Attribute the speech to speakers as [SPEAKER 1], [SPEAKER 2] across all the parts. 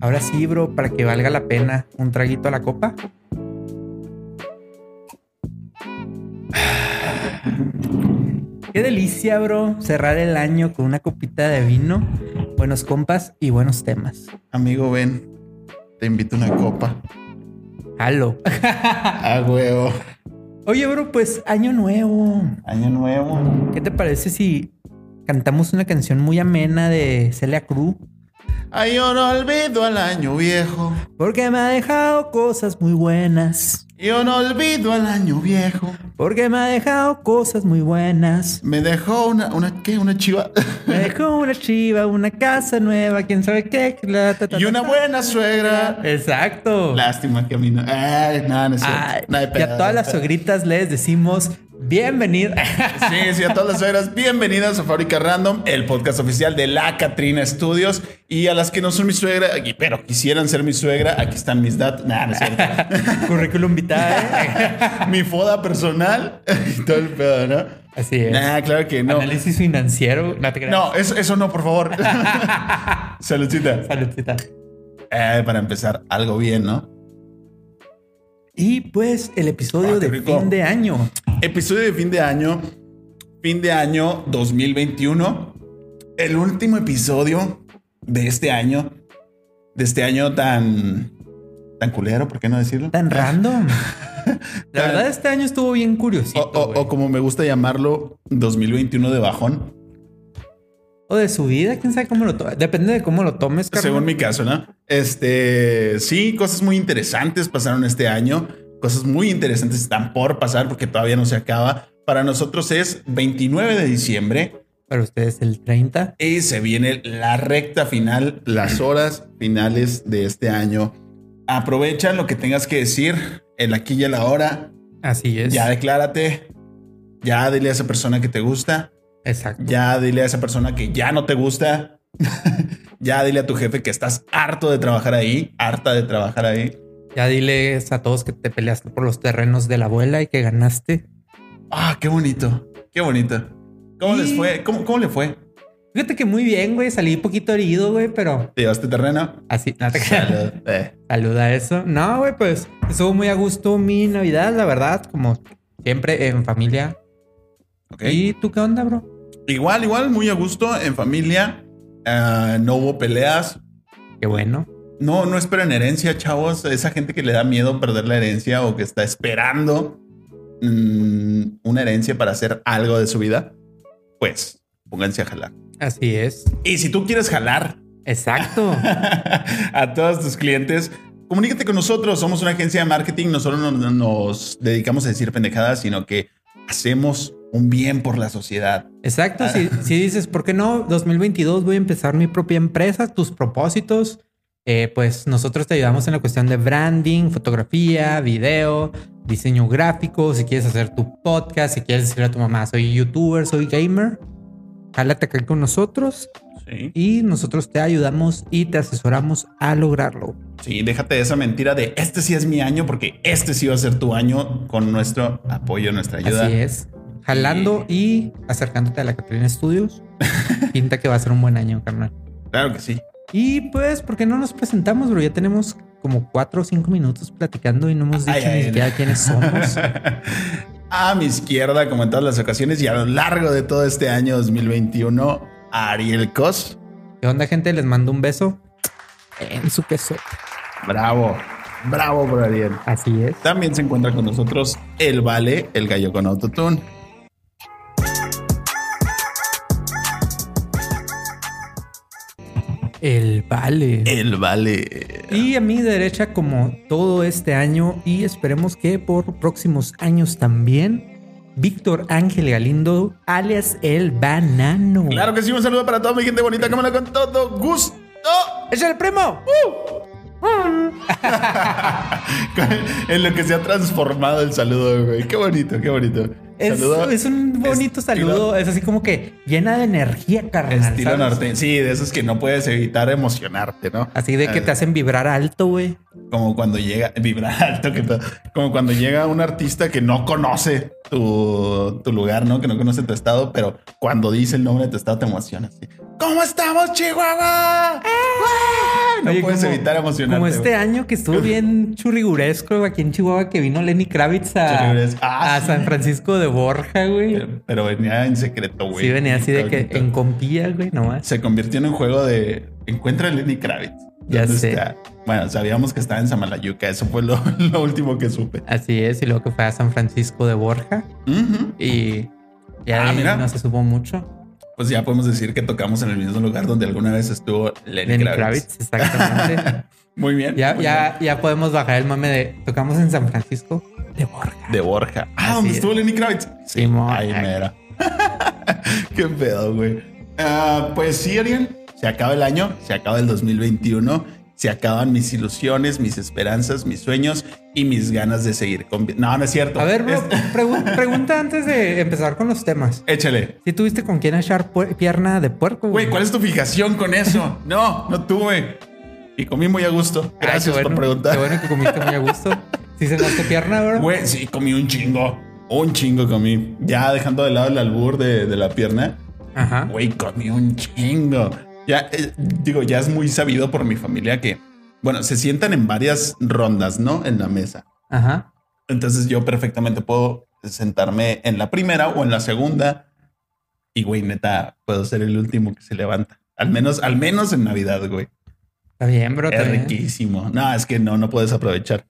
[SPEAKER 1] Ahora sí, bro, para que valga la pena, un traguito a la copa. Qué delicia, bro, cerrar el año con una copita de vino, buenos compas y buenos temas.
[SPEAKER 2] Amigo Ben, te invito a una copa.
[SPEAKER 1] Halo.
[SPEAKER 2] A huevo.
[SPEAKER 1] Oye, bro, pues año nuevo.
[SPEAKER 2] Año nuevo.
[SPEAKER 1] ¿Qué te parece si cantamos una canción muy amena de Celia Cruz?
[SPEAKER 2] Ay, yo no olvido al año viejo.
[SPEAKER 1] Porque me ha dejado cosas muy buenas.
[SPEAKER 2] Yo no olvido al año viejo.
[SPEAKER 1] Porque me ha dejado cosas muy buenas.
[SPEAKER 2] Me dejó una, una, ¿qué? Una chiva.
[SPEAKER 1] Me dejó una chiva, una casa nueva, quién sabe qué. la, ta, ta,
[SPEAKER 2] Y
[SPEAKER 1] ta,
[SPEAKER 2] una
[SPEAKER 1] ta.
[SPEAKER 2] buena suegra.
[SPEAKER 1] Exacto.
[SPEAKER 2] Lástima que a mí no. Ay, nada, no es cierto.
[SPEAKER 1] Ay,
[SPEAKER 2] Nada de
[SPEAKER 1] y
[SPEAKER 2] pedo.
[SPEAKER 1] a todas las sogritas les decimos bienvenida.
[SPEAKER 2] Sí, sí, a todas las suegras, bienvenidas a Fábrica Random, el podcast oficial de la Catrina Studios. Y a las que no son mi suegra, y- pero quisieran ser mi suegra, aquí están mis datos. Nada, no es cierto.
[SPEAKER 1] Currículum vitae.
[SPEAKER 2] mi foda personal y todo el pedo, ¿no?
[SPEAKER 1] Así es.
[SPEAKER 2] Nah, claro que no.
[SPEAKER 1] Análisis financiero. No te creas.
[SPEAKER 2] No, eso, eso no, por favor. Saludcita.
[SPEAKER 1] Saludcita.
[SPEAKER 2] Eh, para empezar, algo bien, ¿no?
[SPEAKER 1] Y pues el episodio
[SPEAKER 2] Ah, qué
[SPEAKER 1] de
[SPEAKER 2] rico.
[SPEAKER 1] fin de año.
[SPEAKER 2] Episodio de fin de año, fin de año 2021, el último episodio de este año, de este año tan tan culero, ¿por qué no decirlo?
[SPEAKER 1] Tan random. La
[SPEAKER 2] Tan-
[SPEAKER 1] verdad, este año estuvo bien
[SPEAKER 2] O,
[SPEAKER 1] curiosito.
[SPEAKER 2] o-
[SPEAKER 1] güey.
[SPEAKER 2] o como me gusta llamarlo, 2021 de bajón,
[SPEAKER 1] O de su vida, quién sabe cómo lo tomes. Depende de cómo lo tomes, carnal.
[SPEAKER 2] según mi caso, ¿no? Este, sí, cosas muy interesantes pasaron este año, cosas muy interesantes están por pasar porque todavía no se acaba. Para nosotros es 29 de diciembre,
[SPEAKER 1] Para ustedes el 30.
[SPEAKER 2] Y se viene la recta final, las horas finales de este año. Aprovecha lo que tengas que decir, el aquí y el ahora.
[SPEAKER 1] Así es.
[SPEAKER 2] Ya declárate. Ya dile a esa persona que te gusta.
[SPEAKER 1] Exacto.
[SPEAKER 2] Ya dile a esa persona que ya no te gusta. ya dile a tu jefe que estás harto de trabajar ahí, harta de trabajar ahí.
[SPEAKER 1] Ya diles a todos que te peleaste por los terrenos de la abuela y que ganaste.
[SPEAKER 2] Ah, qué bonito, qué bonito. ¿Cómo les
[SPEAKER 1] Y-
[SPEAKER 2] fue? ¿Cómo, cómo le fue?
[SPEAKER 1] Fíjate que muy bien, güey. Salí poquito herido, güey, pero
[SPEAKER 2] ¿Te llevaste terreno?
[SPEAKER 1] así. No te creas.
[SPEAKER 2] Salud. Eh.
[SPEAKER 1] Saluda eso. No, güey, pues estuvo muy a gusto mi Navidad, la verdad, como siempre en familia.
[SPEAKER 2] Ok.
[SPEAKER 1] ¿Y tú qué onda, bro?
[SPEAKER 2] Igual, igual, muy a gusto, en familia. Ah, no hubo peleas.
[SPEAKER 1] Qué bueno.
[SPEAKER 2] No, no esperen herencia, chavos. Esa gente que le da miedo perder la herencia o que está esperando mm, una herencia para hacer algo de su vida, pues pónganse a jalar.
[SPEAKER 1] Así es.
[SPEAKER 2] Y si tú quieres jalar
[SPEAKER 1] Exacto.
[SPEAKER 2] a todos tus clientes, comunícate con nosotros. Somos una agencia de marketing. No solo nos, nos dedicamos a decir pendejadas, sino que hacemos un bien por la sociedad.
[SPEAKER 1] Exacto. Si, si dices, ¿por qué no? 2022 voy a empezar mi propia empresa, tus propósitos. eh, pues nosotros te ayudamos en la cuestión de branding, fotografía, video, diseño gráfico. Si quieres hacer tu podcast, si quieres decirle a tu mamá, soy youtuber, soy gamer, jálate acá con nosotros
[SPEAKER 2] Sí.
[SPEAKER 1] y nosotros te ayudamos y te asesoramos a lograrlo.
[SPEAKER 2] Sí, déjate de esa mentira de este sí es mi año, porque este sí va a ser tu año con nuestro apoyo, nuestra ayuda.
[SPEAKER 1] Así es. Jalando y acercándote a la Catrina Studios. Pinta que va a ser un buen año, carnal.
[SPEAKER 2] Claro que sí.
[SPEAKER 1] Y pues, ¿por qué no nos presentamos, bro? Ya tenemos como cuatro o cinco minutos platicando y no hemos dicho
[SPEAKER 2] Ay,
[SPEAKER 1] ni
[SPEAKER 2] ay,
[SPEAKER 1] siquiera quiénes somos.
[SPEAKER 2] a mi izquierda, como en todas las ocasiones y a lo largo de todo este año 2021, Ariel Cos.
[SPEAKER 1] ¿Qué onda, gente? Les mando un beso en su queso.
[SPEAKER 2] Bravo, bravo por Ariel.
[SPEAKER 1] Así es.
[SPEAKER 2] También se encuentra con nosotros el Vale, el gallo con autotune.
[SPEAKER 1] El vale.
[SPEAKER 2] El Vale.
[SPEAKER 1] Y a mi derecha, como todo este año, y esperemos que por próximos años también, Víctor Ángel Galindo, alias el banano.
[SPEAKER 2] Claro que sí, un saludo para toda mi gente bonita, cámara con todo gusto.
[SPEAKER 1] ¡Es el primo!
[SPEAKER 2] en lo que se ha transformado el saludo, güey. Qué bonito, qué bonito.
[SPEAKER 1] Es,
[SPEAKER 2] Saludo
[SPEAKER 1] es un bonito
[SPEAKER 2] estilo-
[SPEAKER 1] saludo. Es así como que llena de energía, carnal.
[SPEAKER 2] estilo
[SPEAKER 1] ¿sabes?
[SPEAKER 2] norteño. Sí, de esos que no puedes evitar emocionarte, ¿no?
[SPEAKER 1] Así de que te hacen vibrar alto, güey.
[SPEAKER 2] Como cuando llega, vibra alto, que todo. como cuando llega un artista que no conoce tu, tu lugar, ¿no? Que no conoce tu estado, pero cuando dice el nombre de tu estado te emocionas. ¿sí? ¿Cómo estamos, Chihuahua? ¡Guau! No
[SPEAKER 1] ¡Ah! Oye,
[SPEAKER 2] puedes
[SPEAKER 1] como-
[SPEAKER 2] evitar emocionarte.
[SPEAKER 1] Como este
[SPEAKER 2] güey.
[SPEAKER 1] año que estuvo bien churriguresco güey, aquí en Chihuahua que vino Lenny Kravitz a,
[SPEAKER 2] Churriguresco. Ah,
[SPEAKER 1] a
[SPEAKER 2] sí.
[SPEAKER 1] San Francisco de Borja, güey.
[SPEAKER 2] Pero- Pero venía en secreto, güey.
[SPEAKER 1] Sí, venía así de que
[SPEAKER 2] Cabrito.
[SPEAKER 1] en compilla, güey, nomás.
[SPEAKER 2] Se convirtió en un juego de encuentra a Lenny Kravitz.
[SPEAKER 1] Ya
[SPEAKER 2] ¿Dónde
[SPEAKER 1] sé.
[SPEAKER 2] está? Bueno, sabíamos que estaba en Samalayuca. Eso fue lo, lo último que supe.
[SPEAKER 1] Así es, y luego que fue a San Francisco de Borja
[SPEAKER 2] Ujú.
[SPEAKER 1] y ya
[SPEAKER 2] Ah,
[SPEAKER 1] de ahí
[SPEAKER 2] mira.
[SPEAKER 1] no se supo mucho.
[SPEAKER 2] Pues ya podemos decir que tocamos en el mismo lugar donde alguna vez estuvo Lenny,
[SPEAKER 1] Lenny Kravitz,
[SPEAKER 2] Kravitz.
[SPEAKER 1] exactamente.
[SPEAKER 2] Muy bien.
[SPEAKER 1] ya,
[SPEAKER 2] muy
[SPEAKER 1] ya, ya podemos bajar el mame de tocamos en San Francisco de Borja.
[SPEAKER 2] bien. De Borja. Ah,
[SPEAKER 1] Así
[SPEAKER 2] donde
[SPEAKER 1] es.
[SPEAKER 2] estuvo Lenny Kravitz.
[SPEAKER 1] Simón.
[SPEAKER 2] Ahí mera. Qué pedo, güey. Ah, pues sí, Ariel. Se acaba el año, se acaba el 2021, se acaban mis ilusiones, mis esperanzas, mis sueños y mis ganas de seguir con... vi- No, no es cierto.
[SPEAKER 1] A ver, bro,
[SPEAKER 2] Es-
[SPEAKER 1] pregu- pregunta antes de empezar con los temas.
[SPEAKER 2] Échale.
[SPEAKER 1] Si tuviste con quién echar puer- pierna de puerco,
[SPEAKER 2] Güey, ¿cuál es tu fijación con eso? No, no tuve. Y comí muy a gusto.
[SPEAKER 1] Ay,
[SPEAKER 2] Gracias
[SPEAKER 1] qué
[SPEAKER 2] por
[SPEAKER 1] bueno,
[SPEAKER 2] preguntar.
[SPEAKER 1] Qué bueno que comiste muy a gusto. Si cenaste pierna, bro.
[SPEAKER 2] Güey, sí, comí un chingo. Un chingo comí. Ya dejando de lado el albur de, de la pierna.
[SPEAKER 1] Ajá.
[SPEAKER 2] Güey, comí un chingo. Ya, eh, digo, ya es muy sabido por mi familia que, bueno, se sientan en varias rondas, ¿no? En la mesa.
[SPEAKER 1] Ajá.
[SPEAKER 2] Entonces yo perfectamente puedo sentarme en la primera o en la segunda. Y güey, neta, puedo ser el último que se levanta. Al menos, al menos en Navidad, güey.
[SPEAKER 1] Está bien, bro. está
[SPEAKER 2] Es
[SPEAKER 1] bien.
[SPEAKER 2] riquísimo. No, es que no, no puedes aprovechar.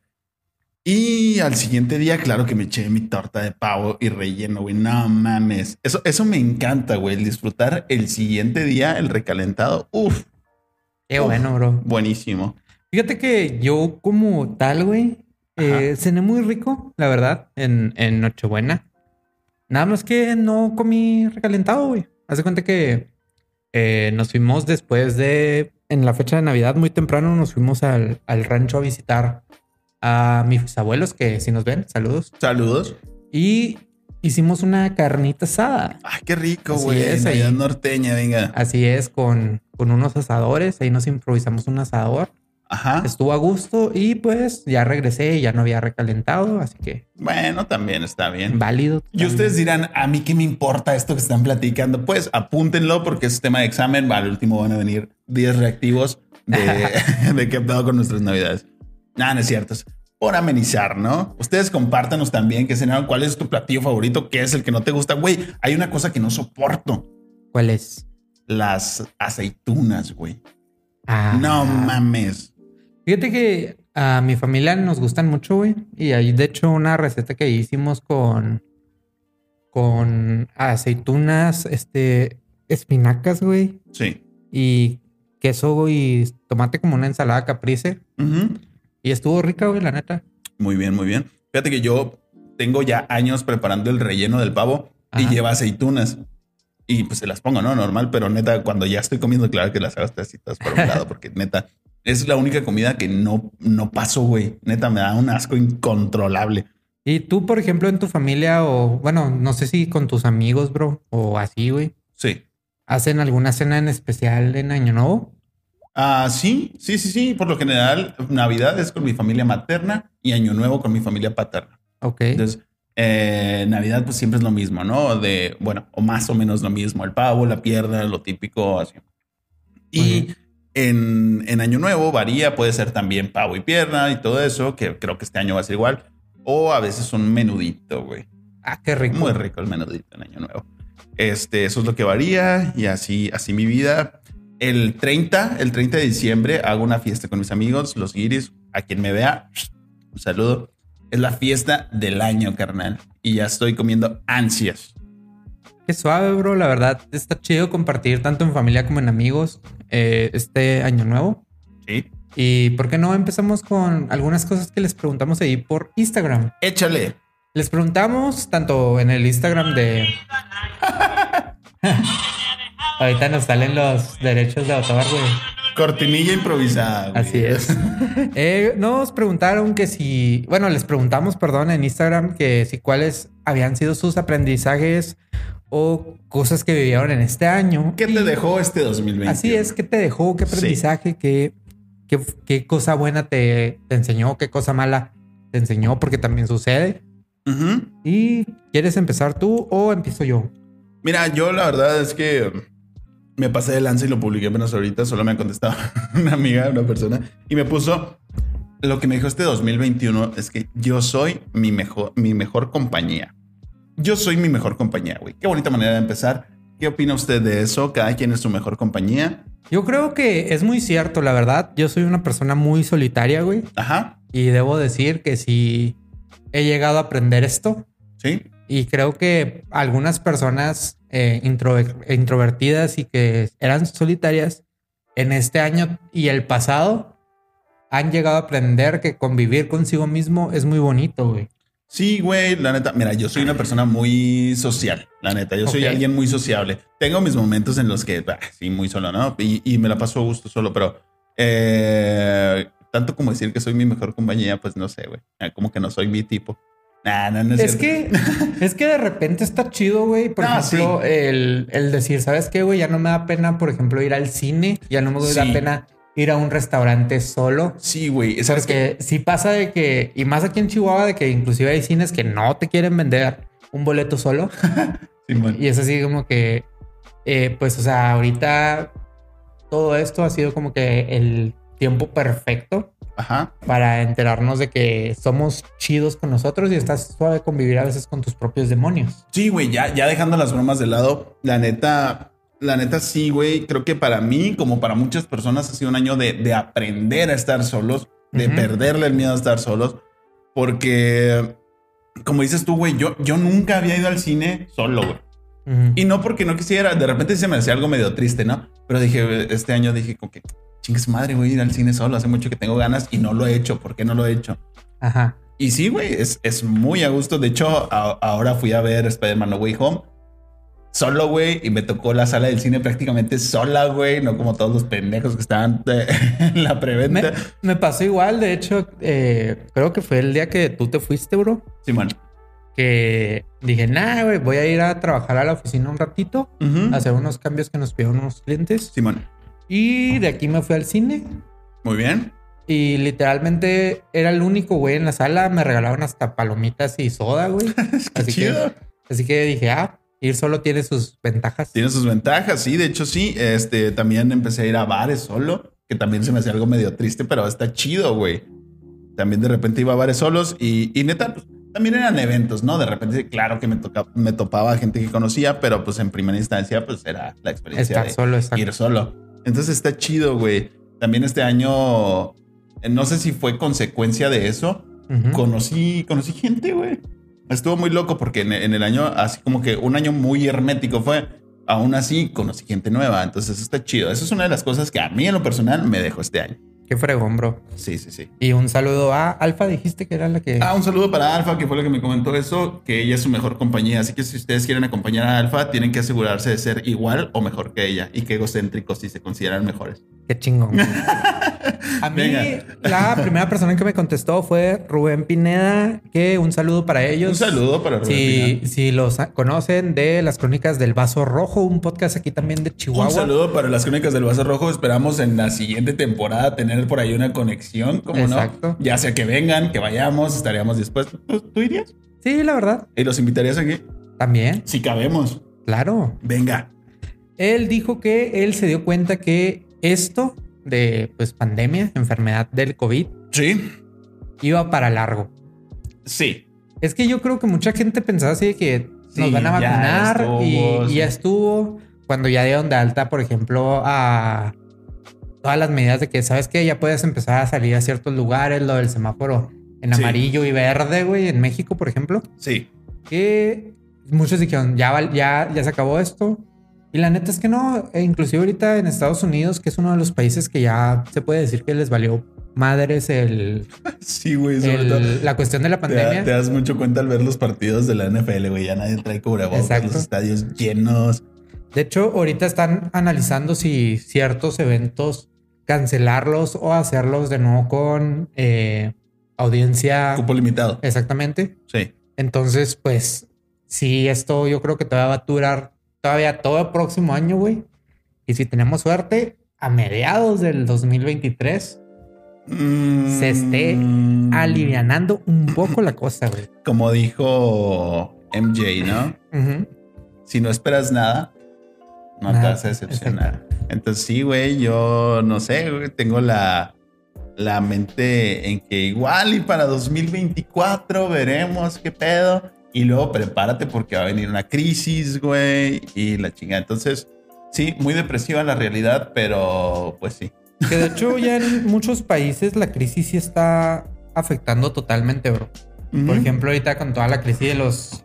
[SPEAKER 2] Y al siguiente día, claro que me eché mi torta de pavo y relleno, güey. No mames. Eso, eso me encanta, güey. El disfrutar el siguiente día, el recalentado. Uf,
[SPEAKER 1] Qué bueno, bro.
[SPEAKER 2] buenísimo.
[SPEAKER 1] Fíjate que yo como tal, güey, eh, cené muy rico, la verdad, en, en Nochebuena. Nada más que no comí recalentado, güey. Haz de cuenta que eh, nos fuimos después de, en la fecha de Navidad, muy temprano, nos fuimos al, al rancho a visitar a mis abuelos, que si nos ven, saludos.
[SPEAKER 2] Saludos.
[SPEAKER 1] Y hicimos una carnita asada.
[SPEAKER 2] Ay, qué rico,
[SPEAKER 1] Así
[SPEAKER 2] güey.
[SPEAKER 1] es,
[SPEAKER 2] Navidad
[SPEAKER 1] ahí.
[SPEAKER 2] norteña, venga.
[SPEAKER 1] Así es, con, con unos asadores. Ahí nos improvisamos un asador.
[SPEAKER 2] Ajá.
[SPEAKER 1] Estuvo a gusto y pues ya regresé y ya no había recalentado, así que
[SPEAKER 2] Bueno, también está bien.
[SPEAKER 1] válido.
[SPEAKER 2] Y ustedes dirán, a mí qué me importa esto que están platicando. Pues apúntenlo porque es tema de examen. Al último van a venir 10 reactivos de, de qué pedo con nuestras navidades. Nada, no es cierto. Es por amenizar, ¿no? Ustedes compártanos también que cenaron. ¿Cuál es tu platillo favorito? ¿Qué es el que no te gusta? Güey, hay una cosa que no soporto.
[SPEAKER 1] ¿Cuál es?
[SPEAKER 2] Las aceitunas, güey.
[SPEAKER 1] Ah,
[SPEAKER 2] No mames.
[SPEAKER 1] Fíjate que a mi familia nos gustan mucho, güey. Y hay de hecho una receta que hicimos con con aceitunas, este, espinacas, güey,
[SPEAKER 2] Sí.
[SPEAKER 1] y queso güey, y tomate como una ensalada caprice.
[SPEAKER 2] Ujú.
[SPEAKER 1] Y estuvo rica, güey, la neta.
[SPEAKER 2] Muy bien, muy bien. Fíjate que yo tengo ya años preparando el relleno del pavo y
[SPEAKER 1] Ajá.
[SPEAKER 2] lleva aceitunas. Y pues se las pongo, ¿no? Normal, pero neta, cuando ya estoy comiendo, claro que las hago tacitas por un lado, porque neta, es la única comida que no, no paso, güey. Neta, me da un asco incontrolable.
[SPEAKER 1] Y tú, por ejemplo, en tu familia o, bueno, no sé si con tus amigos, bro, o así, güey,
[SPEAKER 2] Sí.
[SPEAKER 1] ¿hacen alguna cena en especial en Año Nuevo?
[SPEAKER 2] Ah, sí, sí, sí, sí. Por lo general, Navidad es con mi familia materna y Año Nuevo con mi familia paterna.
[SPEAKER 1] Ok.
[SPEAKER 2] Entonces, eh, Navidad pues siempre es lo mismo, ¿no? De, bueno, o más o menos lo mismo, el pavo, la pierna, lo típico, así. Y
[SPEAKER 1] Ujú.
[SPEAKER 2] en, en Año Nuevo varía, puede ser también pavo y pierna y todo eso, que creo que este año va a ser igual. O a veces un menudito, güey.
[SPEAKER 1] Ah, qué rico.
[SPEAKER 2] Muy rico el menudito en Año Nuevo. Este, eso es lo que varía y así, así mi vida. El 30, el 30 de diciembre hago una fiesta con mis amigos, los guiris, a quien me vea, un saludo. Es la fiesta del año, carnal. Y ya estoy comiendo ansias.
[SPEAKER 1] Qué suave, bro. La verdad, está chido compartir tanto en familia como en amigos eh, este Año Nuevo.
[SPEAKER 2] Sí.
[SPEAKER 1] Y por qué no empezamos con algunas cosas que les preguntamos ahí por Instagram.
[SPEAKER 2] Échale.
[SPEAKER 1] Les preguntamos tanto en el Instagram de. Ahorita nos salen los derechos de autor, güey.
[SPEAKER 2] Cortinilla improvisada. güey.
[SPEAKER 1] Así es. Eh, nos preguntaron que si, bueno, les preguntamos, perdón, en Instagram que si cuáles habían sido sus aprendizajes o cosas que vivieron en este año.
[SPEAKER 2] ¿Qué te
[SPEAKER 1] Y
[SPEAKER 2] dejó este 2020?
[SPEAKER 1] Así es, ¿qué te dejó? ¿Qué
[SPEAKER 2] Sí.
[SPEAKER 1] aprendizaje? ¿Qué, qué, qué cosa buena te, te enseñó? ¿Qué cosa mala te enseñó? Porque también sucede.
[SPEAKER 2] Ujú.
[SPEAKER 1] ¿Y quieres empezar tú o empiezo yo?
[SPEAKER 2] Mira, yo la verdad es que me pasé de lanza y lo publiqué apenas ahorita. Solo me ha contestado una amiga, una persona, y me puso lo que me dijo este 2021 es que yo soy mi mejor, mi mejor compañía. Yo soy mi mejor compañía, güey. Qué bonita manera de empezar. ¿Qué opina usted de eso? Cada quien es su mejor compañía.
[SPEAKER 1] Yo creo que es muy cierto, la verdad. Yo soy una persona muy solitaria, güey.
[SPEAKER 2] Ajá.
[SPEAKER 1] Y debo decir que sí he llegado a aprender esto.
[SPEAKER 2] Sí.
[SPEAKER 1] Y creo que algunas personas eh, introver- introvertidas y que eran solitarias en este año y el pasado han llegado a aprender que convivir consigo mismo es muy bonito, güey.
[SPEAKER 2] Sí, güey, la neta. Mira, yo soy una persona muy social, la neta. Yo soy
[SPEAKER 1] Ok.
[SPEAKER 2] alguien muy sociable. Tengo mis momentos en los que, bah, sí, muy solo, ¿no? Y, y me la paso a gusto solo, pero eh, tanto como decir que soy mi mejor compañía, pues no sé, güey. Ah, Como que no soy mi tipo. Nah, nah, no es,
[SPEAKER 1] Es
[SPEAKER 2] cierto. Ah,
[SPEAKER 1] que, es que de repente está chido, güey. Por
[SPEAKER 2] No,
[SPEAKER 1] ejemplo, el, el decir, ¿sabes qué, güey? Ya no me da pena, por ejemplo, ir al cine. Ya no me da
[SPEAKER 2] Sí.
[SPEAKER 1] pena ir a un restaurante solo.
[SPEAKER 2] Sí, güey. ¿Sabes qué?
[SPEAKER 1] Porque sí pasa de que, y más aquí en Chihuahua, de que inclusive hay cines que no te quieren vender un boleto solo.
[SPEAKER 2] Simón.
[SPEAKER 1] Y es así como que, eh, pues, o sea, ahorita todo esto ha sido como que el tiempo perfecto
[SPEAKER 2] Ajá.
[SPEAKER 1] para enterarnos de que somos chidos con nosotros y está suave convivir a veces con tus propios demonios.
[SPEAKER 2] Sí, güey, ya, ya dejando las bromas de lado, la neta, la neta sí, güey, creo que para mí, como para muchas personas, ha sido un año de, de aprender a estar solos, de
[SPEAKER 1] Ujú.
[SPEAKER 2] perderle el miedo a estar solos, porque, como dices tú, güey, yo, yo nunca había ido al cine solo, güey.
[SPEAKER 1] Ujú.
[SPEAKER 2] Y no porque no quisiera, de repente se me hacía algo medio triste, ¿no? Pero dije, este año dije, como que, chingues madre, güey, ir al cine solo, hace mucho que tengo ganas y no lo he hecho, ¿por qué no lo he hecho?
[SPEAKER 1] Ajá.
[SPEAKER 2] Y sí, güey, es, es muy a gusto. De hecho, a- ahora fui a ver Spider-Man No Way Home solo, güey, y me tocó la sala del cine prácticamente sola, güey, no como todos los pendejos que estaban eh, en la
[SPEAKER 1] Me,
[SPEAKER 2] preventa.
[SPEAKER 1] me pasó igual, de hecho, eh, creo que fue el día que tú te fuiste, bro,
[SPEAKER 2] Simón.
[SPEAKER 1] que dije, nah, güey, voy a ir a trabajar a la oficina un ratito,
[SPEAKER 2] Ujú.
[SPEAKER 1] a hacer unos cambios que nos pidieron unos clientes.
[SPEAKER 2] Simón.
[SPEAKER 1] Y de aquí me fui al cine.
[SPEAKER 2] Muy bien.
[SPEAKER 1] Y literalmente era el único güey en la sala. Me regalaban hasta palomitas y soda, güey.
[SPEAKER 2] Qué
[SPEAKER 1] así, que,
[SPEAKER 2] chido.
[SPEAKER 1] así que dije, ah, ir solo tiene sus ventajas.
[SPEAKER 2] Tiene sus ventajas, sí. De hecho, sí. Este también empecé a ir a bares solo, que también se me hacía algo medio triste, pero está chido, güey. También de repente iba a bares solos y, y neta, pues, también eran eventos, ¿no? De repente, claro que me, toca, me topaba gente que conocía, pero pues en primera instancia, pues era la experiencia
[SPEAKER 1] Estar
[SPEAKER 2] de
[SPEAKER 1] solo, exacto.
[SPEAKER 2] ir solo. Entonces está chido, güey. También este año, eh, no sé si fue consecuencia de eso,
[SPEAKER 1] Ujú.
[SPEAKER 2] conocí, conocí gente, güey. Estuvo muy loco porque en, en el año, así como que un año muy hermético fue. Aún así, conocí gente nueva. Entonces, eso está chido. Eso es una de las cosas que a mí en lo personal me dejó este año.
[SPEAKER 1] Qué fregón, bro.
[SPEAKER 2] Sí, sí, sí.
[SPEAKER 1] Y un saludo a Alfa, dijiste que era la que.
[SPEAKER 2] Ah, un saludo para Alfa, que fue la que me comentó eso, que ella es su mejor compañía. Así que si ustedes quieren acompañar a Alfa, tienen que asegurarse de ser igual o mejor que ella y que egocéntricos si se consideran mejores.
[SPEAKER 1] Qué chingón. güey. A mí,
[SPEAKER 2] Venga.
[SPEAKER 1] la primera persona que me contestó fue Rubén Pineda, que un saludo para ellos.
[SPEAKER 2] Un saludo para Rubén
[SPEAKER 1] Si,
[SPEAKER 2] Pineda.
[SPEAKER 1] si los conocen de las crónicas del vaso rojo, un podcast aquí también de Chihuahua.
[SPEAKER 2] Un saludo para las crónicas del vaso rojo. Esperamos en la siguiente temporada tener por ahí una conexión, como
[SPEAKER 1] Exacto.
[SPEAKER 2] no. Ya sea que vengan, que vayamos, estaríamos dispuestos. ¿Tú, Pues, tú irías?
[SPEAKER 1] Sí, la verdad.
[SPEAKER 2] ¿Y los invitarías aquí?
[SPEAKER 1] También,
[SPEAKER 2] Si cabemos.
[SPEAKER 1] claro.
[SPEAKER 2] Venga.
[SPEAKER 1] Él dijo que él se dio cuenta que esto de pues pandemia, enfermedad del COVID,
[SPEAKER 2] Sí.
[SPEAKER 1] iba para largo.
[SPEAKER 2] Sí.
[SPEAKER 1] Es que yo creo que mucha gente pensaba así de que nos
[SPEAKER 2] Sí,
[SPEAKER 1] van a
[SPEAKER 2] ya
[SPEAKER 1] vacunar y-
[SPEAKER 2] estuvo,
[SPEAKER 1] y,
[SPEAKER 2] sí.
[SPEAKER 1] ya estuvo. Cuando ya dieron de alta, por ejemplo, a todas las medidas de que sabes que ya puedes empezar a salir a ciertos lugares, lo del semáforo en
[SPEAKER 2] Sí.
[SPEAKER 1] amarillo y verde, güey, en México, por ejemplo,
[SPEAKER 2] Sí.
[SPEAKER 1] que muchos dijeron ya, val- ya, ya se acabó esto. Y la neta es que no, e inclusive ahorita en Estados Unidos, que es uno de los países que ya se puede decir que les valió madres el,
[SPEAKER 2] Sí, güey. Sobre
[SPEAKER 1] el-
[SPEAKER 2] todo.
[SPEAKER 1] la cuestión de la
[SPEAKER 2] Te, da-
[SPEAKER 1] pandemia.
[SPEAKER 2] te das mucho cuenta al ver los partidos de la NFL, güey. Ya nadie trae cubrebocas,
[SPEAKER 1] Exacto.
[SPEAKER 2] los estadios llenos.
[SPEAKER 1] De hecho, ahorita están analizando si ciertos eventos cancelarlos o hacerlos de nuevo con eh, audiencia.
[SPEAKER 2] Cupo limitado.
[SPEAKER 1] Exactamente.
[SPEAKER 2] Sí.
[SPEAKER 1] Entonces, pues, sí, esto yo creo que todavía va a durar todavía todo el próximo año, güey. Y si tenemos suerte, a mediados del 2023 se esté
[SPEAKER 2] Mm,
[SPEAKER 1] alivianando un poco la cosa, güey.
[SPEAKER 2] Como dijo MJ, ¿no?
[SPEAKER 1] Ujú.
[SPEAKER 2] si no esperas nada, no te
[SPEAKER 1] Nada,
[SPEAKER 2] vas a decepcionar. Entonces, sí, güey, yo no sé, güey, tengo la, la mente en que igual y para 2024 veremos qué pedo. Y luego prepárate porque va a venir una crisis, güey, y la chingada. Entonces, sí, muy depresiva la realidad, pero pues sí.
[SPEAKER 1] Que de hecho ya en muchos países la crisis sí está afectando totalmente, bro. Por
[SPEAKER 2] Ujú.
[SPEAKER 1] ejemplo, ahorita con toda la crisis de los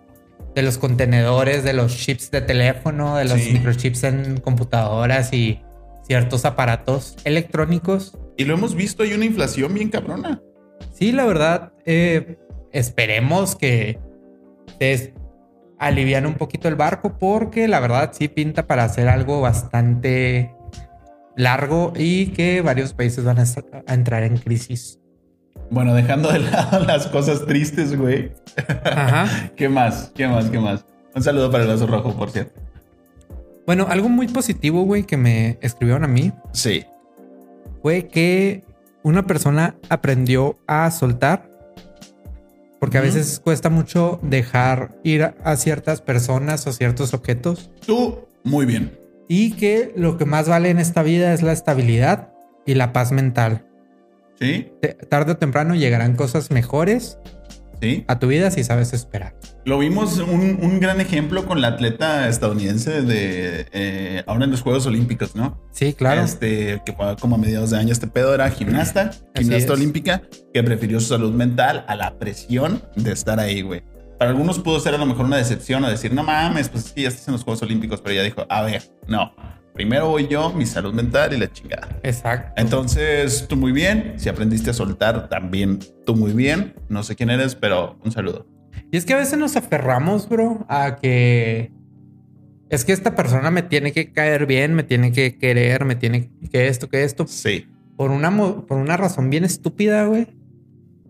[SPEAKER 1] de los contenedores, de los chips de teléfono, de los
[SPEAKER 2] Sí.
[SPEAKER 1] microchips en computadoras y ciertos aparatos electrónicos.
[SPEAKER 2] Y lo hemos visto, hay una inflación bien cabrona.
[SPEAKER 1] Sí, la verdad, eh, esperemos que se alivian un poquito el barco porque la verdad sí pinta para hacer algo bastante largo y que varios países van a, estar- a entrar en crisis.
[SPEAKER 2] Bueno, dejando de lado las cosas tristes, güey.
[SPEAKER 1] Ajá.
[SPEAKER 2] ¿Qué más? ¿Qué más? ¿Qué más? Un saludo para el vaso rojo, por cierto.
[SPEAKER 1] Bueno, algo muy positivo, güey, que me escribieron a mí
[SPEAKER 2] Sí.
[SPEAKER 1] fue que una persona aprendió a soltar. Porque a
[SPEAKER 2] Ujú.
[SPEAKER 1] veces cuesta mucho dejar ir a- a ciertas personas o ciertos objetos.
[SPEAKER 2] Tú, muy bien.
[SPEAKER 1] Y que lo que más vale en esta vida es la estabilidad y la paz mental.
[SPEAKER 2] Sí,
[SPEAKER 1] Te- Tarde o temprano llegarán cosas mejores
[SPEAKER 2] sí.
[SPEAKER 1] a tu vida si sabes esperar.
[SPEAKER 2] Lo vimos un, un gran ejemplo con la atleta estadounidense de eh, ahora en los Juegos Olímpicos, ¿no?
[SPEAKER 1] Sí, claro.
[SPEAKER 2] Este, que fue como a mediados de año este pedo era gimnasta,
[SPEAKER 1] es.
[SPEAKER 2] gimnasta olímpica, que prefirió su salud mental a la presión de estar ahí, güey. Para algunos pudo ser a lo mejor una decepción o decir, no mames, pues es que ya estás en los Juegos Olímpicos, pero ella dijo, a ver, no. Primero voy yo, mi salud mental y la chingada.
[SPEAKER 1] Exacto.
[SPEAKER 2] Entonces, tú muy bien. Si aprendiste a soltar, también tú muy bien. No sé quién eres, pero un saludo.
[SPEAKER 1] Y es que a veces nos aferramos, bro, a que es que esta persona me tiene que caer bien, me tiene que querer, me tiene que esto, que esto,
[SPEAKER 2] Sí,
[SPEAKER 1] por una, mo- por una razón bien estúpida, güey.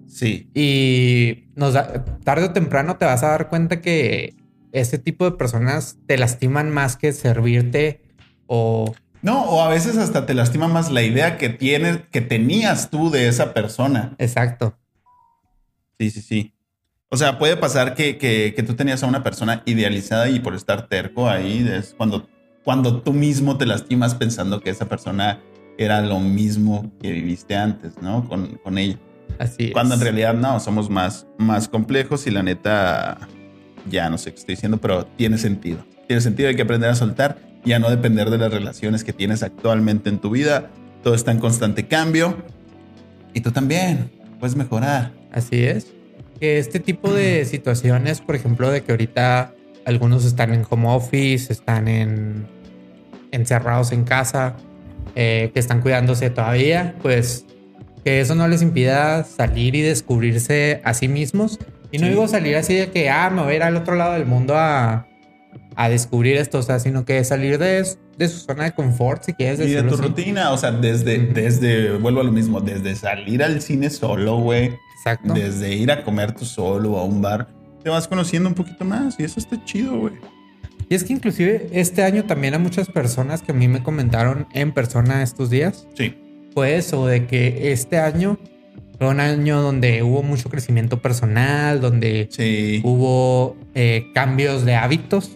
[SPEAKER 2] sí.
[SPEAKER 1] Y nos da- tarde o temprano te vas a dar cuenta que este tipo de personas te lastiman más que servirte o...
[SPEAKER 2] No, o a veces hasta te lastima más la idea que tienes, que tenías tú de esa persona.
[SPEAKER 1] Exacto.
[SPEAKER 2] Sí, sí, sí. O sea, puede pasar que, que- que tú tenías a una persona idealizada y por estar terco ahí es cuando, cuando tú mismo te lastimas pensando que esa persona era lo mismo que viviste antes, ¿no? Con, con ella.
[SPEAKER 1] Así es.
[SPEAKER 2] Cuando en realidad no, somos más, más complejos y la neta, ya no sé qué estoy diciendo, pero tiene sentido. Tiene sentido, hay que aprender a soltar y a no depender de las relaciones que tienes actualmente en tu vida. Todo está en constante cambio y tú también puedes mejorar.
[SPEAKER 1] Así es. Que este tipo de situaciones, por ejemplo, de que ahorita algunos están en home office, están en encerrados en casa, eh, que están cuidándose todavía, pues que eso no les impida salir y descubrirse a sí mismos. Y no
[SPEAKER 2] Sí.
[SPEAKER 1] digo salir así de que, ah, me voy a ir al otro lado del mundo a, a descubrir esto, o sea, sino que salir de, de su zona de confort, si quieres
[SPEAKER 2] Y de
[SPEAKER 1] decirlo
[SPEAKER 2] tu
[SPEAKER 1] así.
[SPEAKER 2] rutina, o sea, desde,
[SPEAKER 1] Ujú.
[SPEAKER 2] desde, vuelvo a lo mismo, desde salir al cine solo, güey,
[SPEAKER 1] Exacto.
[SPEAKER 2] desde ir a comer tú solo o a un bar, te vas conociendo un poquito más y eso está chido, güey.
[SPEAKER 1] Y es que inclusive este año también a muchas personas que a mí me comentaron en persona estos días
[SPEAKER 2] Sí,
[SPEAKER 1] fue eso de que este año fue un año donde hubo mucho crecimiento personal, donde
[SPEAKER 2] sí.
[SPEAKER 1] Uh. hubo eh, cambios de hábitos,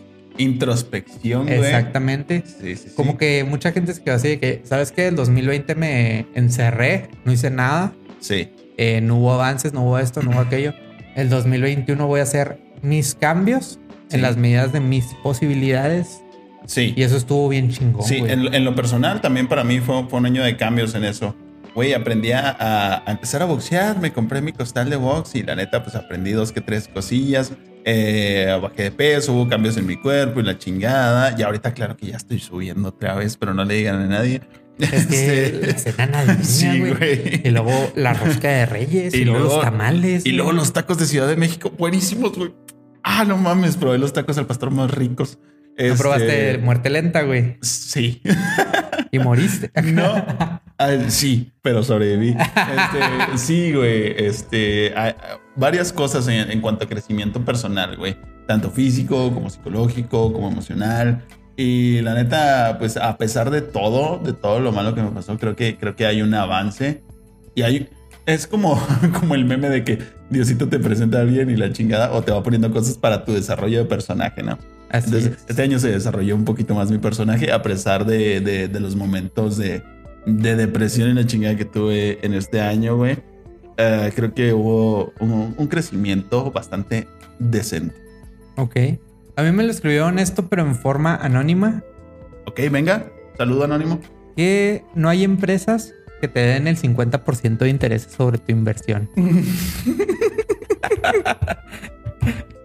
[SPEAKER 2] Introspección, güey.
[SPEAKER 1] exactamente.
[SPEAKER 2] Sí, sí, sí.
[SPEAKER 1] Como que mucha gente se quedó así de que, ¿sabes qué? El 2020 me encerré, no hice nada,
[SPEAKER 2] Sí,
[SPEAKER 1] eh, no hubo avances, no hubo esto, no hubo aquello. El 2021 voy a hacer mis cambios
[SPEAKER 2] Sí.
[SPEAKER 1] en las medidas de mis posibilidades
[SPEAKER 2] sí.
[SPEAKER 1] y eso estuvo bien chingón.
[SPEAKER 2] sí,
[SPEAKER 1] güey.
[SPEAKER 2] en, en lo personal también para mí fue, fue un año de cambios en eso. Güey, aprendí a, a- a empezar a boxear, me compré mi costal de box y la neta, pues aprendí dos que tres cosillas. Eh, bajé de peso, hubo cambios en mi cuerpo y la chingada. Y ahorita, claro que ya estoy subiendo otra vez, pero no le digan a nadie.
[SPEAKER 1] Es que
[SPEAKER 2] Este,
[SPEAKER 1] la cena navideña,
[SPEAKER 2] sí,
[SPEAKER 1] güey.
[SPEAKER 2] güey.
[SPEAKER 1] Y luego la rosca de reyes. Y,
[SPEAKER 2] Y
[SPEAKER 1] luego,
[SPEAKER 2] luego-
[SPEAKER 1] los tamales.
[SPEAKER 2] Y luego
[SPEAKER 1] güey.
[SPEAKER 2] los tacos de Ciudad de México, buenísimos, güey. Ah, no mames, probé los tacos al pastor más ricos.
[SPEAKER 1] No
[SPEAKER 2] Este,
[SPEAKER 1] probaste muerte lenta, güey.
[SPEAKER 2] Sí.
[SPEAKER 1] Y moriste.
[SPEAKER 2] No. Ah, sí, pero sobreviví. Este, sí, güey. Este, a- a- varias cosas en, en cuanto a crecimiento personal, güey. Tanto físico como psicológico, como emocional. Y la neta, pues a pesar de todo, de todo lo malo que me pasó, creo que, creo que hay un avance Y hay, es como, como el meme de que Diosito te presenta a alguien y la chingada o te va poniendo cosas para tu desarrollo de personaje, ¿no?
[SPEAKER 1] Así
[SPEAKER 2] Entonces,
[SPEAKER 1] es.
[SPEAKER 2] este año se desarrolló un poquito más mi personaje, a pesar de, de- de los momentos de, de depresión y la chingada que tuve en este año, güey. Eh, creo que hubo un, un crecimiento bastante decente.
[SPEAKER 1] Ok. A mí me lo escribieron esto, pero en forma anónima,
[SPEAKER 2] Ok, venga, saludo anónimo.
[SPEAKER 1] que no hay empresas que te den el 50% de interés sobre tu inversión.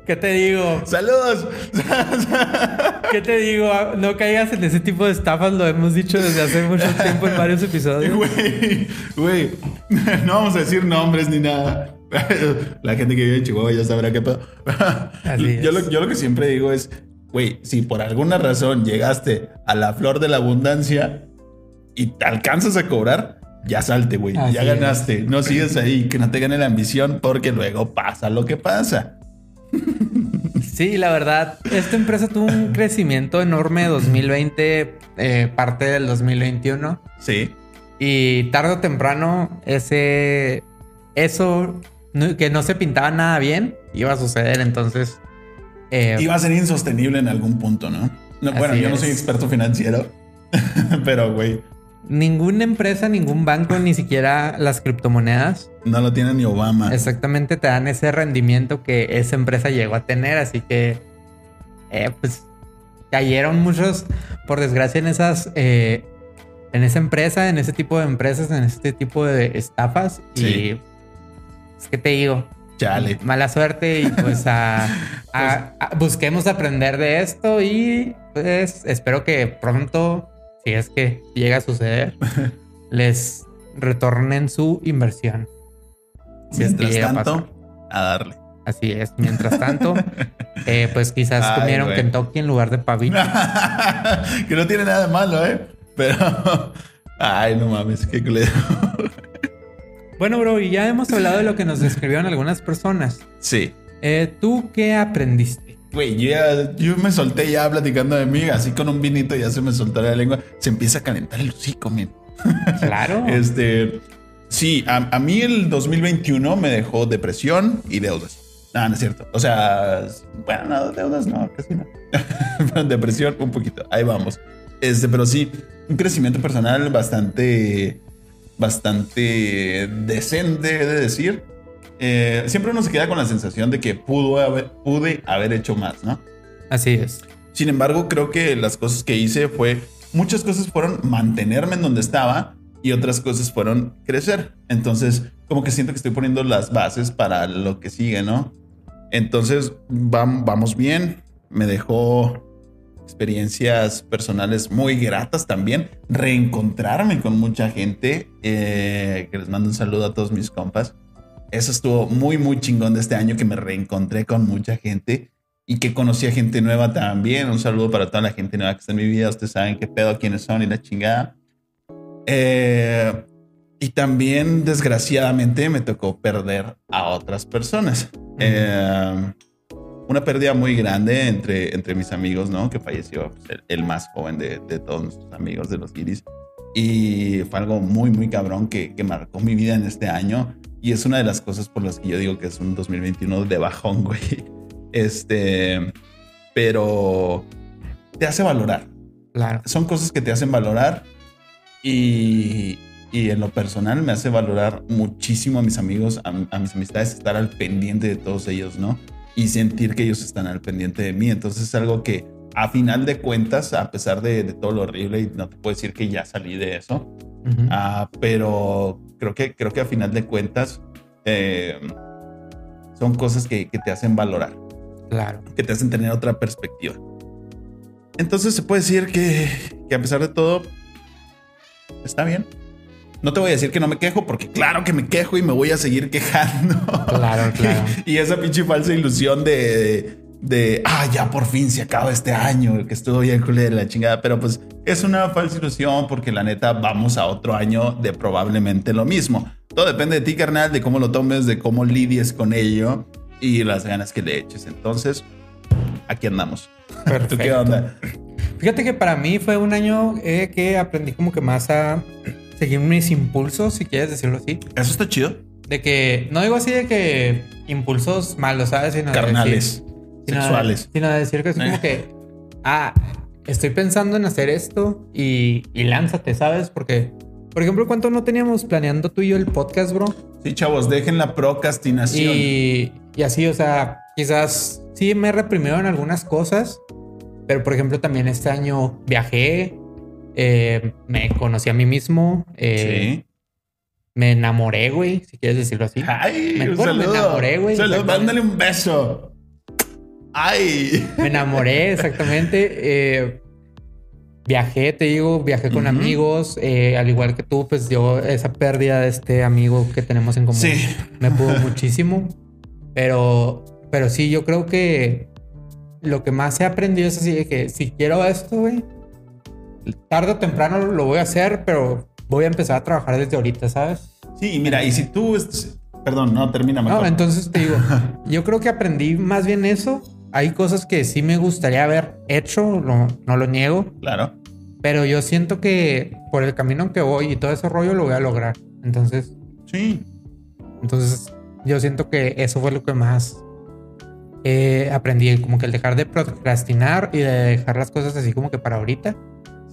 [SPEAKER 1] ¿Qué te digo?
[SPEAKER 2] Saludos.
[SPEAKER 1] ¿Qué te digo? Ah, No caigas en ese tipo de estafas, lo hemos dicho desde hace mucho tiempo en varios episodios.
[SPEAKER 2] Güey, güey, no vamos a decir nombres ni nada. La gente que vive en Chihuahua ya sabrá qué pedo.
[SPEAKER 1] Así
[SPEAKER 2] Yo
[SPEAKER 1] es.
[SPEAKER 2] lo, yo lo que siempre digo es, güey, si por alguna razón llegaste a la flor de la abundancia y te alcanzas a cobrar, ya salte, güey,
[SPEAKER 1] Así
[SPEAKER 2] ya
[SPEAKER 1] es.
[SPEAKER 2] ganaste. No sigas ahí, que no te gane la ambición porque luego pasa lo que pasa.
[SPEAKER 1] Sí, la verdad, esta empresa tuvo un crecimiento enorme 2020, eh, parte del 2021.
[SPEAKER 2] Sí,
[SPEAKER 1] Y tarde o temprano, ese. Eso no- que no se pintaba nada bien iba a suceder. Entonces. eh,
[SPEAKER 2] iba a ser insostenible en algún punto, ¿no? No, bueno,
[SPEAKER 1] Así
[SPEAKER 2] yo no soy
[SPEAKER 1] es.
[SPEAKER 2] experto financiero, pero güey,
[SPEAKER 1] ninguna empresa, ningún banco, ni siquiera las criptomonedas
[SPEAKER 2] no lo tiene ni Obama.
[SPEAKER 1] exactamente te dan ese rendimiento que esa empresa llegó a tener. Así que. eh, pues cayeron muchos, por desgracia, en esas. eh, en esa empresa, en ese tipo de empresas, en este tipo de estafas.
[SPEAKER 2] Sí.
[SPEAKER 1] Y. Es que te digo,
[SPEAKER 2] Chale.
[SPEAKER 1] Mala suerte y pues, a, a- a- busquemos aprender de esto y pues espero que pronto, si es que llega a suceder, les retornen su inversión. Si es que
[SPEAKER 2] Mientras
[SPEAKER 1] llega a
[SPEAKER 2] tanto,
[SPEAKER 1] pasar.
[SPEAKER 2] a darle.
[SPEAKER 1] Así es. Mientras tanto, eh, pues quizás
[SPEAKER 2] Ay,
[SPEAKER 1] comieron
[SPEAKER 2] güey.
[SPEAKER 1] Kentucky en lugar de pavito.
[SPEAKER 2] que no tiene nada de malo, ¿eh? Pero... Ay, no mames, qué culero.
[SPEAKER 1] Bueno, bro, y ya hemos hablado de lo que nos describieron algunas personas.
[SPEAKER 2] Sí.
[SPEAKER 1] Eh, ¿Tú qué aprendiste?
[SPEAKER 2] Güey, yo, ya- yo me solté ya platicando de mí, así con un vinito ya se me soltó la lengua. Se empieza a calentar el hocico, men.
[SPEAKER 1] Claro.
[SPEAKER 2] Este... Sí, a, a mí el 2021 me dejó depresión y deudas. No, no es cierto. O sea, bueno, no, deudas no, casi no. depresión un poquito, ahí vamos. Este, pero sí, un crecimiento personal bastante, bastante decente, he de decir. Eh, siempre uno se queda con la sensación de que pudo haber, pude haber hecho más, ¿no?
[SPEAKER 1] Así es.
[SPEAKER 2] Sin embargo, creo que las cosas que hice fue, muchas cosas fueron mantenerme en donde estaba y otras cosas fueron crecer. Entonces, como que siento que estoy poniendo las bases para lo que sigue, ¿no? Entonces, vam- vamos bien. Me dejó experiencias personales muy gratas también. Reencontrarme con mucha gente, eh, que les mando un saludo a todos mis compas. Eso estuvo muy, muy chingón de este año que me reencontré con mucha gente y que conocí a gente nueva también. Un saludo para toda la gente nueva que está en mi vida. Ustedes saben qué pedo, quiénes son y la chingada. Eh, y también, desgraciadamente, me tocó perder a otras personas. Eh, una pérdida muy grande entre, entre mis amigos, ¿no? Que falleció pues, el, el más joven de, de todos nuestros amigos de los Guiris. Y fue algo muy, muy cabrón que, que marcó mi vida en este año. Y es una de las cosas por las que yo digo que es un 2021 de bajón, güey. Este, pero te hace valorar.
[SPEAKER 1] Claro.
[SPEAKER 2] Son cosas que te hacen valorar y, y en lo personal me hace valorar muchísimo a mis amigos, a, a mis amistades, estar al pendiente de todos ellos, ¿no? Y sentir que ellos están al pendiente de mí. Entonces es algo que a final de cuentas, a pesar de, de todo lo horrible, y no te puedo decir que ya salí de eso,
[SPEAKER 1] Ujú.
[SPEAKER 2] Ah, pero creo que, creo que a final de cuentas eh, son cosas que- que te hacen valorar
[SPEAKER 1] Claro.
[SPEAKER 2] que te hacen tener otra perspectiva. Entonces se puede decir que, que a pesar de todo, está bien. No te voy a decir que no me quejo, porque claro que me quejo y me voy a seguir quejando.
[SPEAKER 1] Claro, claro.
[SPEAKER 2] y esa pinche falsa ilusión de, de, ah, ya por fin se acaba este año, que estuvo bien culé de la chingada. Pero pues es una falsa ilusión porque la neta vamos a otro año de probablemente lo mismo. Todo depende de ti, carnal, de cómo lo tomes, de cómo lidies con ello y las ganas que le eches. Entonces, aquí andamos. ¿Tú qué
[SPEAKER 1] Perfecto.
[SPEAKER 2] onda?
[SPEAKER 1] Fíjate que para mí fue un año eh, que aprendí como que más a seguir mis impulsos, si quieres decirlo así.
[SPEAKER 2] Eso está chido.
[SPEAKER 1] De que, no digo así de que impulsos malos, ¿sabes? Sino de
[SPEAKER 2] Carnales,
[SPEAKER 1] decir- sino de-
[SPEAKER 2] sexuales.
[SPEAKER 1] Sino de decir que es
[SPEAKER 2] Eh.
[SPEAKER 1] como que, ah, estoy pensando en hacer esto y, y lánzate, ¿sabes? Porque, por ejemplo, ¿cuánto no teníamos planeando tú y yo el podcast, bro?
[SPEAKER 2] Sí, chavos, dejen la procrastinación.
[SPEAKER 1] Ah. Y, y así, o sea, quizás sí me reprimieron algunas cosas, pero por ejemplo también este año viajé, eh, me conocí a mí mismo, eh,
[SPEAKER 2] sí.
[SPEAKER 1] me enamoré, güey, si quieres decirlo así.
[SPEAKER 2] Ay,
[SPEAKER 1] Me
[SPEAKER 2] un
[SPEAKER 1] acuerdo, me
[SPEAKER 2] saludo.
[SPEAKER 1] enamoré, güey.
[SPEAKER 2] Saludo,
[SPEAKER 1] Exactamente.
[SPEAKER 2] mándale un beso. Ay.
[SPEAKER 1] Me enamoré, exactamente. eh, viajé, te digo, viajé con
[SPEAKER 2] Ujú.
[SPEAKER 1] amigos, eh, al igual que tú, pues yo esa pérdida de este amigo que tenemos en común.
[SPEAKER 2] Sí,
[SPEAKER 1] me pudo muchísimo. Pero, pero sí, yo creo que lo que más he aprendido es así de que si quiero esto, güey, tarde o temprano lo voy a hacer, pero voy a empezar a trabajar desde ahorita, ¿sabes?
[SPEAKER 2] sí, y mira, y si tú. est- Perdón, no, termina mejor.
[SPEAKER 1] No, entonces te digo, yo creo que aprendí más bien eso. Hay cosas que sí me gustaría haber hecho, lo- no lo niego,
[SPEAKER 2] Claro.
[SPEAKER 1] pero yo siento que por el camino que voy y todo ese rollo lo voy a lograr. Entonces,
[SPEAKER 2] Sí.
[SPEAKER 1] Entonces, yo siento que eso fue lo que más eh, aprendí, como que el dejar de procrastinar y de dejar las cosas así como que para ahorita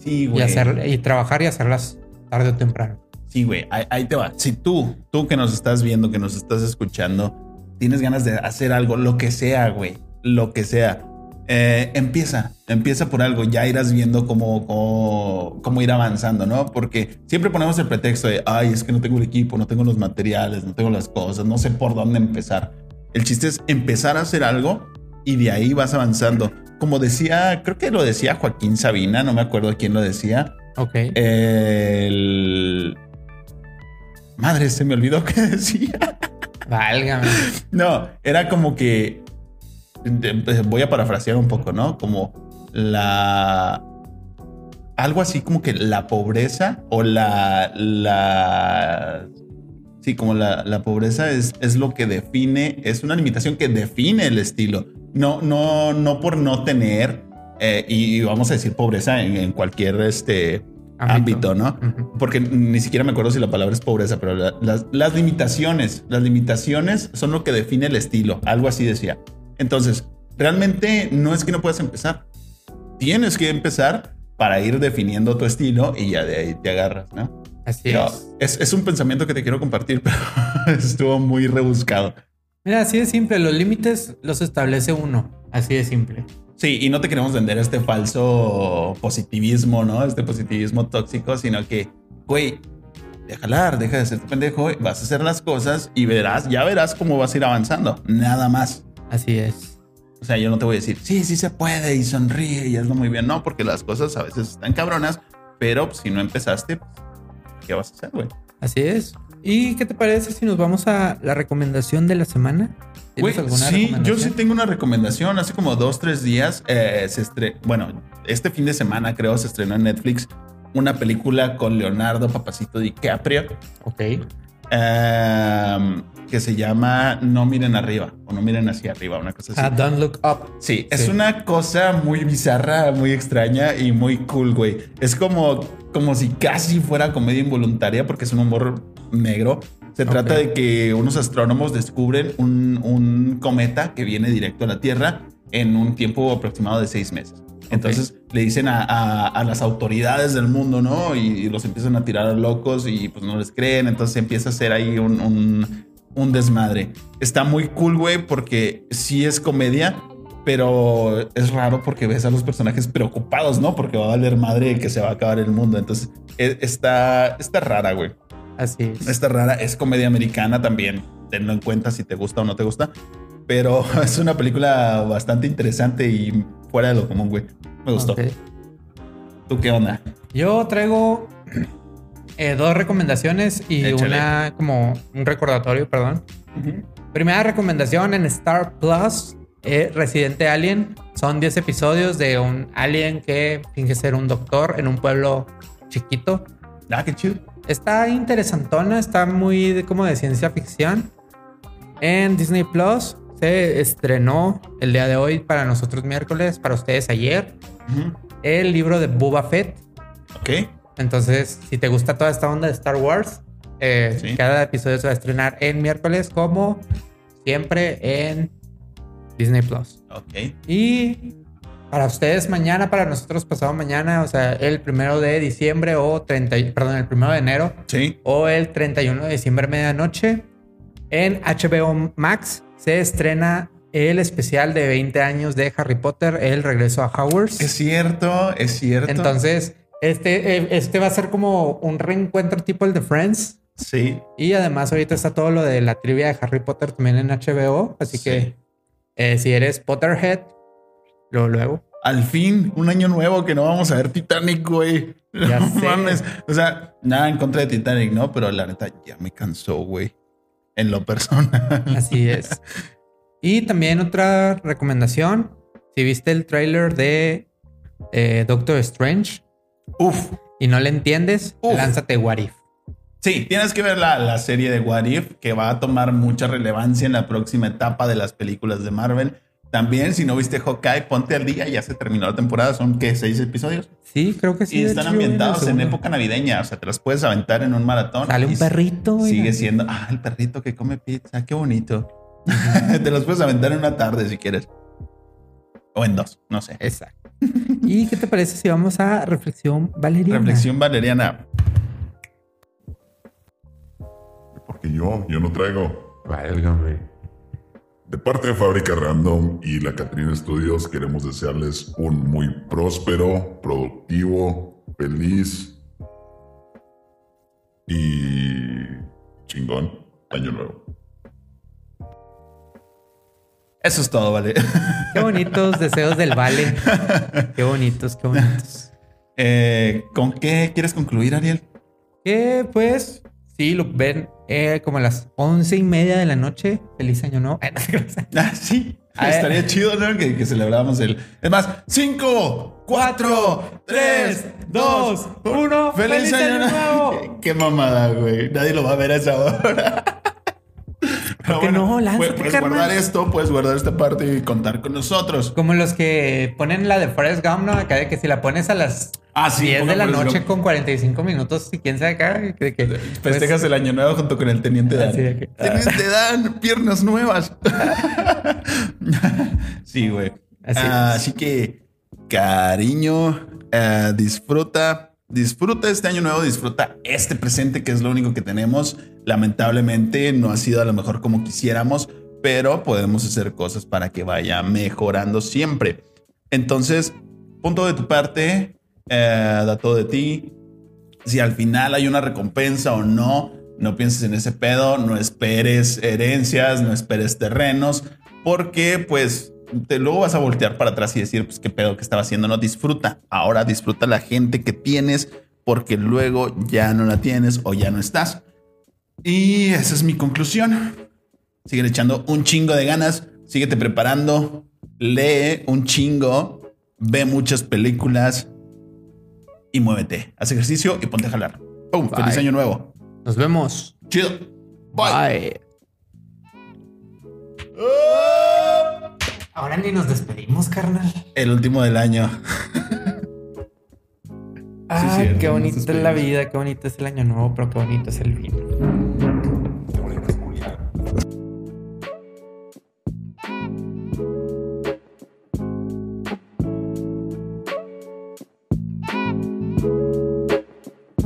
[SPEAKER 2] Sí,
[SPEAKER 1] y,
[SPEAKER 2] güey.
[SPEAKER 1] hacer, y trabajar y hacerlas tarde o temprano.
[SPEAKER 2] Sí, güey, ahí, ahí te va. Si tú, tú que nos estás viendo, que nos estás escuchando, tienes ganas de hacer algo, lo que sea, güey, lo que sea, eh, empieza, empieza por algo, ya irás viendo cómo, cómo, cómo ir avanzando, ¿no? Porque siempre ponemos el pretexto de, ay, es que no tengo el equipo, no tengo los materiales, no tengo las cosas, no sé por dónde empezar. El chiste es empezar a hacer algo y de ahí vas avanzando. Como decía, creo que lo decía Joaquín Sabina, no me acuerdo quién lo decía.
[SPEAKER 1] Ok.
[SPEAKER 2] El. Madre, se me olvidó que decía.
[SPEAKER 1] Válgame.
[SPEAKER 2] No, era como que. de- Voy a parafrasear un poco, ¿no? Como la. Algo así como que la pobreza o la. la sí, como la, la pobreza es, es lo que define, es una limitación que define el estilo. No, no, no por no tener. eh, y, y vamos a decir pobreza en, en cualquier este, ámbito, ¿no?
[SPEAKER 1] Ujú.
[SPEAKER 2] Porque ni siquiera me acuerdo si la palabra es pobreza, pero la- las, las limitaciones, las limitaciones son lo que define el estilo, algo así decía. Entonces, realmente no es que no puedas empezar, tienes que empezar para ir definiendo tu estilo y ya de ahí te agarras, ¿no?
[SPEAKER 1] Así
[SPEAKER 2] Pero
[SPEAKER 1] es.
[SPEAKER 2] es, es un pensamiento que te quiero compartir, pero estuvo muy rebuscado.
[SPEAKER 1] Mira, así de simple. Los límites los establece uno. Así de simple.
[SPEAKER 2] Sí, y no te queremos vender este falso positivismo, ¿no? Este positivismo tóxico, sino que, güey, deja jalar, deja de ser pendejo, vas a hacer las cosas y verás, ya verás cómo vas a ir avanzando, nada más.
[SPEAKER 1] Así es.
[SPEAKER 2] O sea, yo no te voy a decir, sí, sí se puede y sonríe y hazlo muy bien, no, porque las cosas a veces están cabronas, pero pues, si no empezaste, pues, ¿qué vas a hacer, güey?
[SPEAKER 1] Así es. ¿Y qué te parece si nos vamos a la recomendación de la semana?
[SPEAKER 2] Güey,
[SPEAKER 1] ¿Tienes alguna
[SPEAKER 2] sí, yo
[SPEAKER 1] recomendación?
[SPEAKER 2] sí tengo una recomendación. Hace como dos, tres días eh, se estre bueno, este fin de semana creo se estrenó en Netflix una película con Leonardo Papacito DiCaprio
[SPEAKER 1] Ok.
[SPEAKER 2] em, que se llama No miren arriba o No miren hacia arriba, una cosa así.
[SPEAKER 1] Ah, Don't Look Up.
[SPEAKER 2] Sí, es
[SPEAKER 1] Sí.
[SPEAKER 2] una cosa muy bizarra, muy extraña y muy cool, güey. Es como, como si casi fuera comedia involuntaria porque es un humor negro. Se trata
[SPEAKER 1] Ok.
[SPEAKER 2] de que unos astrónomos descubren un, un cometa que viene directo a la Tierra en un tiempo aproximado de seis meses. Entonces le dicen a, a- a las autoridades del mundo, ¿no? Y, y los empiezan a tirar a locos y pues no les creen. Entonces empieza a ser ahí un, un- un desmadre. Está muy cool, güey, porque sí es comedia, pero es raro porque ves a los personajes preocupados, ¿no? Porque va a valer madre que se va a acabar el mundo. Entonces e- está, está rara, güey.
[SPEAKER 1] Así es.
[SPEAKER 2] Está rara. Es comedia americana también. Tenlo en cuenta si te gusta o no te gusta. Pero es una película bastante interesante y fuera de lo común, güey. Me gustó.
[SPEAKER 1] Ok.
[SPEAKER 2] ¿Tú qué onda?
[SPEAKER 1] Yo traigo eh, dos recomendaciones y
[SPEAKER 2] Échale.
[SPEAKER 1] una como un recordatorio, perdón. Primera recomendación en Star Plus, eh, Residente Alien. Son 10 episodios de un alien que finge ser un doctor en un pueblo chiquito.
[SPEAKER 2] Ah, qué chido.
[SPEAKER 1] Está interesantona, está muy de- como de ciencia ficción. En Disney Plus se estrenó el día de hoy para nosotros miércoles, para ustedes ayer,
[SPEAKER 2] Ujú.
[SPEAKER 1] el libro de Boba Fett.
[SPEAKER 2] Ok.
[SPEAKER 1] Entonces, si te gusta toda esta onda de Star Wars, eh,
[SPEAKER 2] Sí.
[SPEAKER 1] cada episodio se va a estrenar en miércoles, como siempre en Disney Plus.
[SPEAKER 2] Ok.
[SPEAKER 1] Y para ustedes mañana, para nosotros pasado mañana, o sea, el primero de diciembre o 30, y- perdón, el primero de enero
[SPEAKER 2] Sí.
[SPEAKER 1] o el 31 de diciembre medianoche, en HBO Max se estrena el especial de 20 años de Harry Potter, El regreso a Hogwarts.
[SPEAKER 2] Es cierto, es cierto.
[SPEAKER 1] Entonces, este, eh, este va a ser como un reencuentro tipo el de Friends.
[SPEAKER 2] Sí.
[SPEAKER 1] Y además ahorita está todo lo de la trivia de Harry Potter también en HBO. Así
[SPEAKER 2] Sí.
[SPEAKER 1] que eh, si eres Potterhead, luego, luego.
[SPEAKER 2] Al fin, un año nuevo que no vamos a ver Titanic, güey.
[SPEAKER 1] Ya
[SPEAKER 2] no
[SPEAKER 1] sé.
[SPEAKER 2] mames. O sea, nada en contra de Titanic, ¿no? Pero la neta ya me cansó, güey. En lo personal.
[SPEAKER 1] Así es. y también otra recomendación. Si viste el tráiler de eh, Doctor Strange
[SPEAKER 2] Uf.
[SPEAKER 1] y no le entiendes,
[SPEAKER 2] Uf.
[SPEAKER 1] lánzate What If.
[SPEAKER 2] Sí, tienes que ver la, la serie de What If, que va a tomar mucha relevancia en la próxima etapa de las películas de Marvel. También, si no viste Hawkeye, ponte al día, ya se terminó la temporada, son ¿qué? seis episodios.
[SPEAKER 1] Sí, creo que sí.
[SPEAKER 2] y
[SPEAKER 1] de
[SPEAKER 2] están
[SPEAKER 1] hecho, yo vi el
[SPEAKER 2] ambientados en
[SPEAKER 1] segundo.
[SPEAKER 2] época navideña, o sea, te las puedes aventar en un maratón.
[SPEAKER 1] Sale
[SPEAKER 2] y
[SPEAKER 1] un perrito. güey.
[SPEAKER 2] Sigue siendo, ah, el perrito que come pizza, qué bonito. te las puedes aventar en una tarde si quieres. O en dos, no sé.
[SPEAKER 1] Exacto. ¿Y qué te parece si vamos a reflexión valeriana?
[SPEAKER 2] Reflexión valeriana.
[SPEAKER 3] Porque yo, yo no traigo.
[SPEAKER 4] Válgame.
[SPEAKER 3] De parte de Fábrica Random y la Catrina Studios queremos desearles un muy próspero, productivo, feliz y chingón año nuevo.
[SPEAKER 2] Eso es todo, vale.
[SPEAKER 1] Qué bonitos deseos del vale. Qué bonitos, qué bonitos.
[SPEAKER 2] Eh, ¿Con qué quieres concluir, Ariel?
[SPEAKER 1] Que pues, sí, lo ven eh, como a las once y media de la noche. Feliz año nuevo. Ay, no sé qué pasa.
[SPEAKER 2] Ah, sí.
[SPEAKER 1] A ver.
[SPEAKER 2] Estaría chido, ¿no? Que, que celebráramos el. Es más, 5, 4, 3, 2,
[SPEAKER 1] uno. ¡Feliz año nuevo!
[SPEAKER 2] Qué mamada, güey. Nadie lo va a ver a esa hora. Pero
[SPEAKER 1] qué no? Lánzate,
[SPEAKER 2] puedes, puedes
[SPEAKER 1] carnal.
[SPEAKER 2] guardar esto, puedes guardar esta parte y contar con nosotros.
[SPEAKER 1] como los que ponen la de Forrest Gump, ¿no? Acá de que si la pones a las
[SPEAKER 2] Ah, sí,
[SPEAKER 1] 10 de la
[SPEAKER 2] pongan Forrest
[SPEAKER 1] noche
[SPEAKER 2] Gump.
[SPEAKER 1] con 45 minutos y quién sabe acá. De que, pues,
[SPEAKER 2] Festejas el año nuevo junto con el teniente Dan.
[SPEAKER 1] Así de que- ah.
[SPEAKER 2] Teniente Dan, piernas nuevas. sí, güey.
[SPEAKER 1] Así
[SPEAKER 2] Así,
[SPEAKER 1] es.
[SPEAKER 2] que, cariño, ah, disfruta, disfruta este año nuevo, disfruta este presente que es lo único que tenemos. Lamentablemente no ha sido a lo mejor como quisiéramos, pero podemos hacer cosas para que vaya mejorando siempre. Entonces, punto de tu parte, eh, dato de ti, si al final hay una recompensa o no, no pienses en ese pedo, no esperes herencias, no esperes terrenos, porque pues te luego vas a voltear para atrás y decir, pues qué pedo que estaba haciendo, no disfruta. Ahora disfruta la gente que tienes porque luego ya no la tienes o ya no estás. Y esa es mi conclusión. Sigue echando un chingo de ganas, síguete preparando, lee un chingo, ve muchas películas y muévete. Haz ejercicio y ponte a jalar. ¡Pum!
[SPEAKER 1] Bye.
[SPEAKER 2] ¡Feliz año nuevo!
[SPEAKER 1] pues, Nos vemos.
[SPEAKER 2] ¡Chido!
[SPEAKER 1] Bye.
[SPEAKER 2] ¡Bye!
[SPEAKER 1] Ahora ni nos despedimos, carnal.
[SPEAKER 2] El último del año.
[SPEAKER 1] Ah,
[SPEAKER 2] cierto,
[SPEAKER 1] qué
[SPEAKER 2] nos
[SPEAKER 1] bonita es la
[SPEAKER 2] despedimos.
[SPEAKER 1] vida, qué bonito es el año nuevo, pero qué bonito es el vino.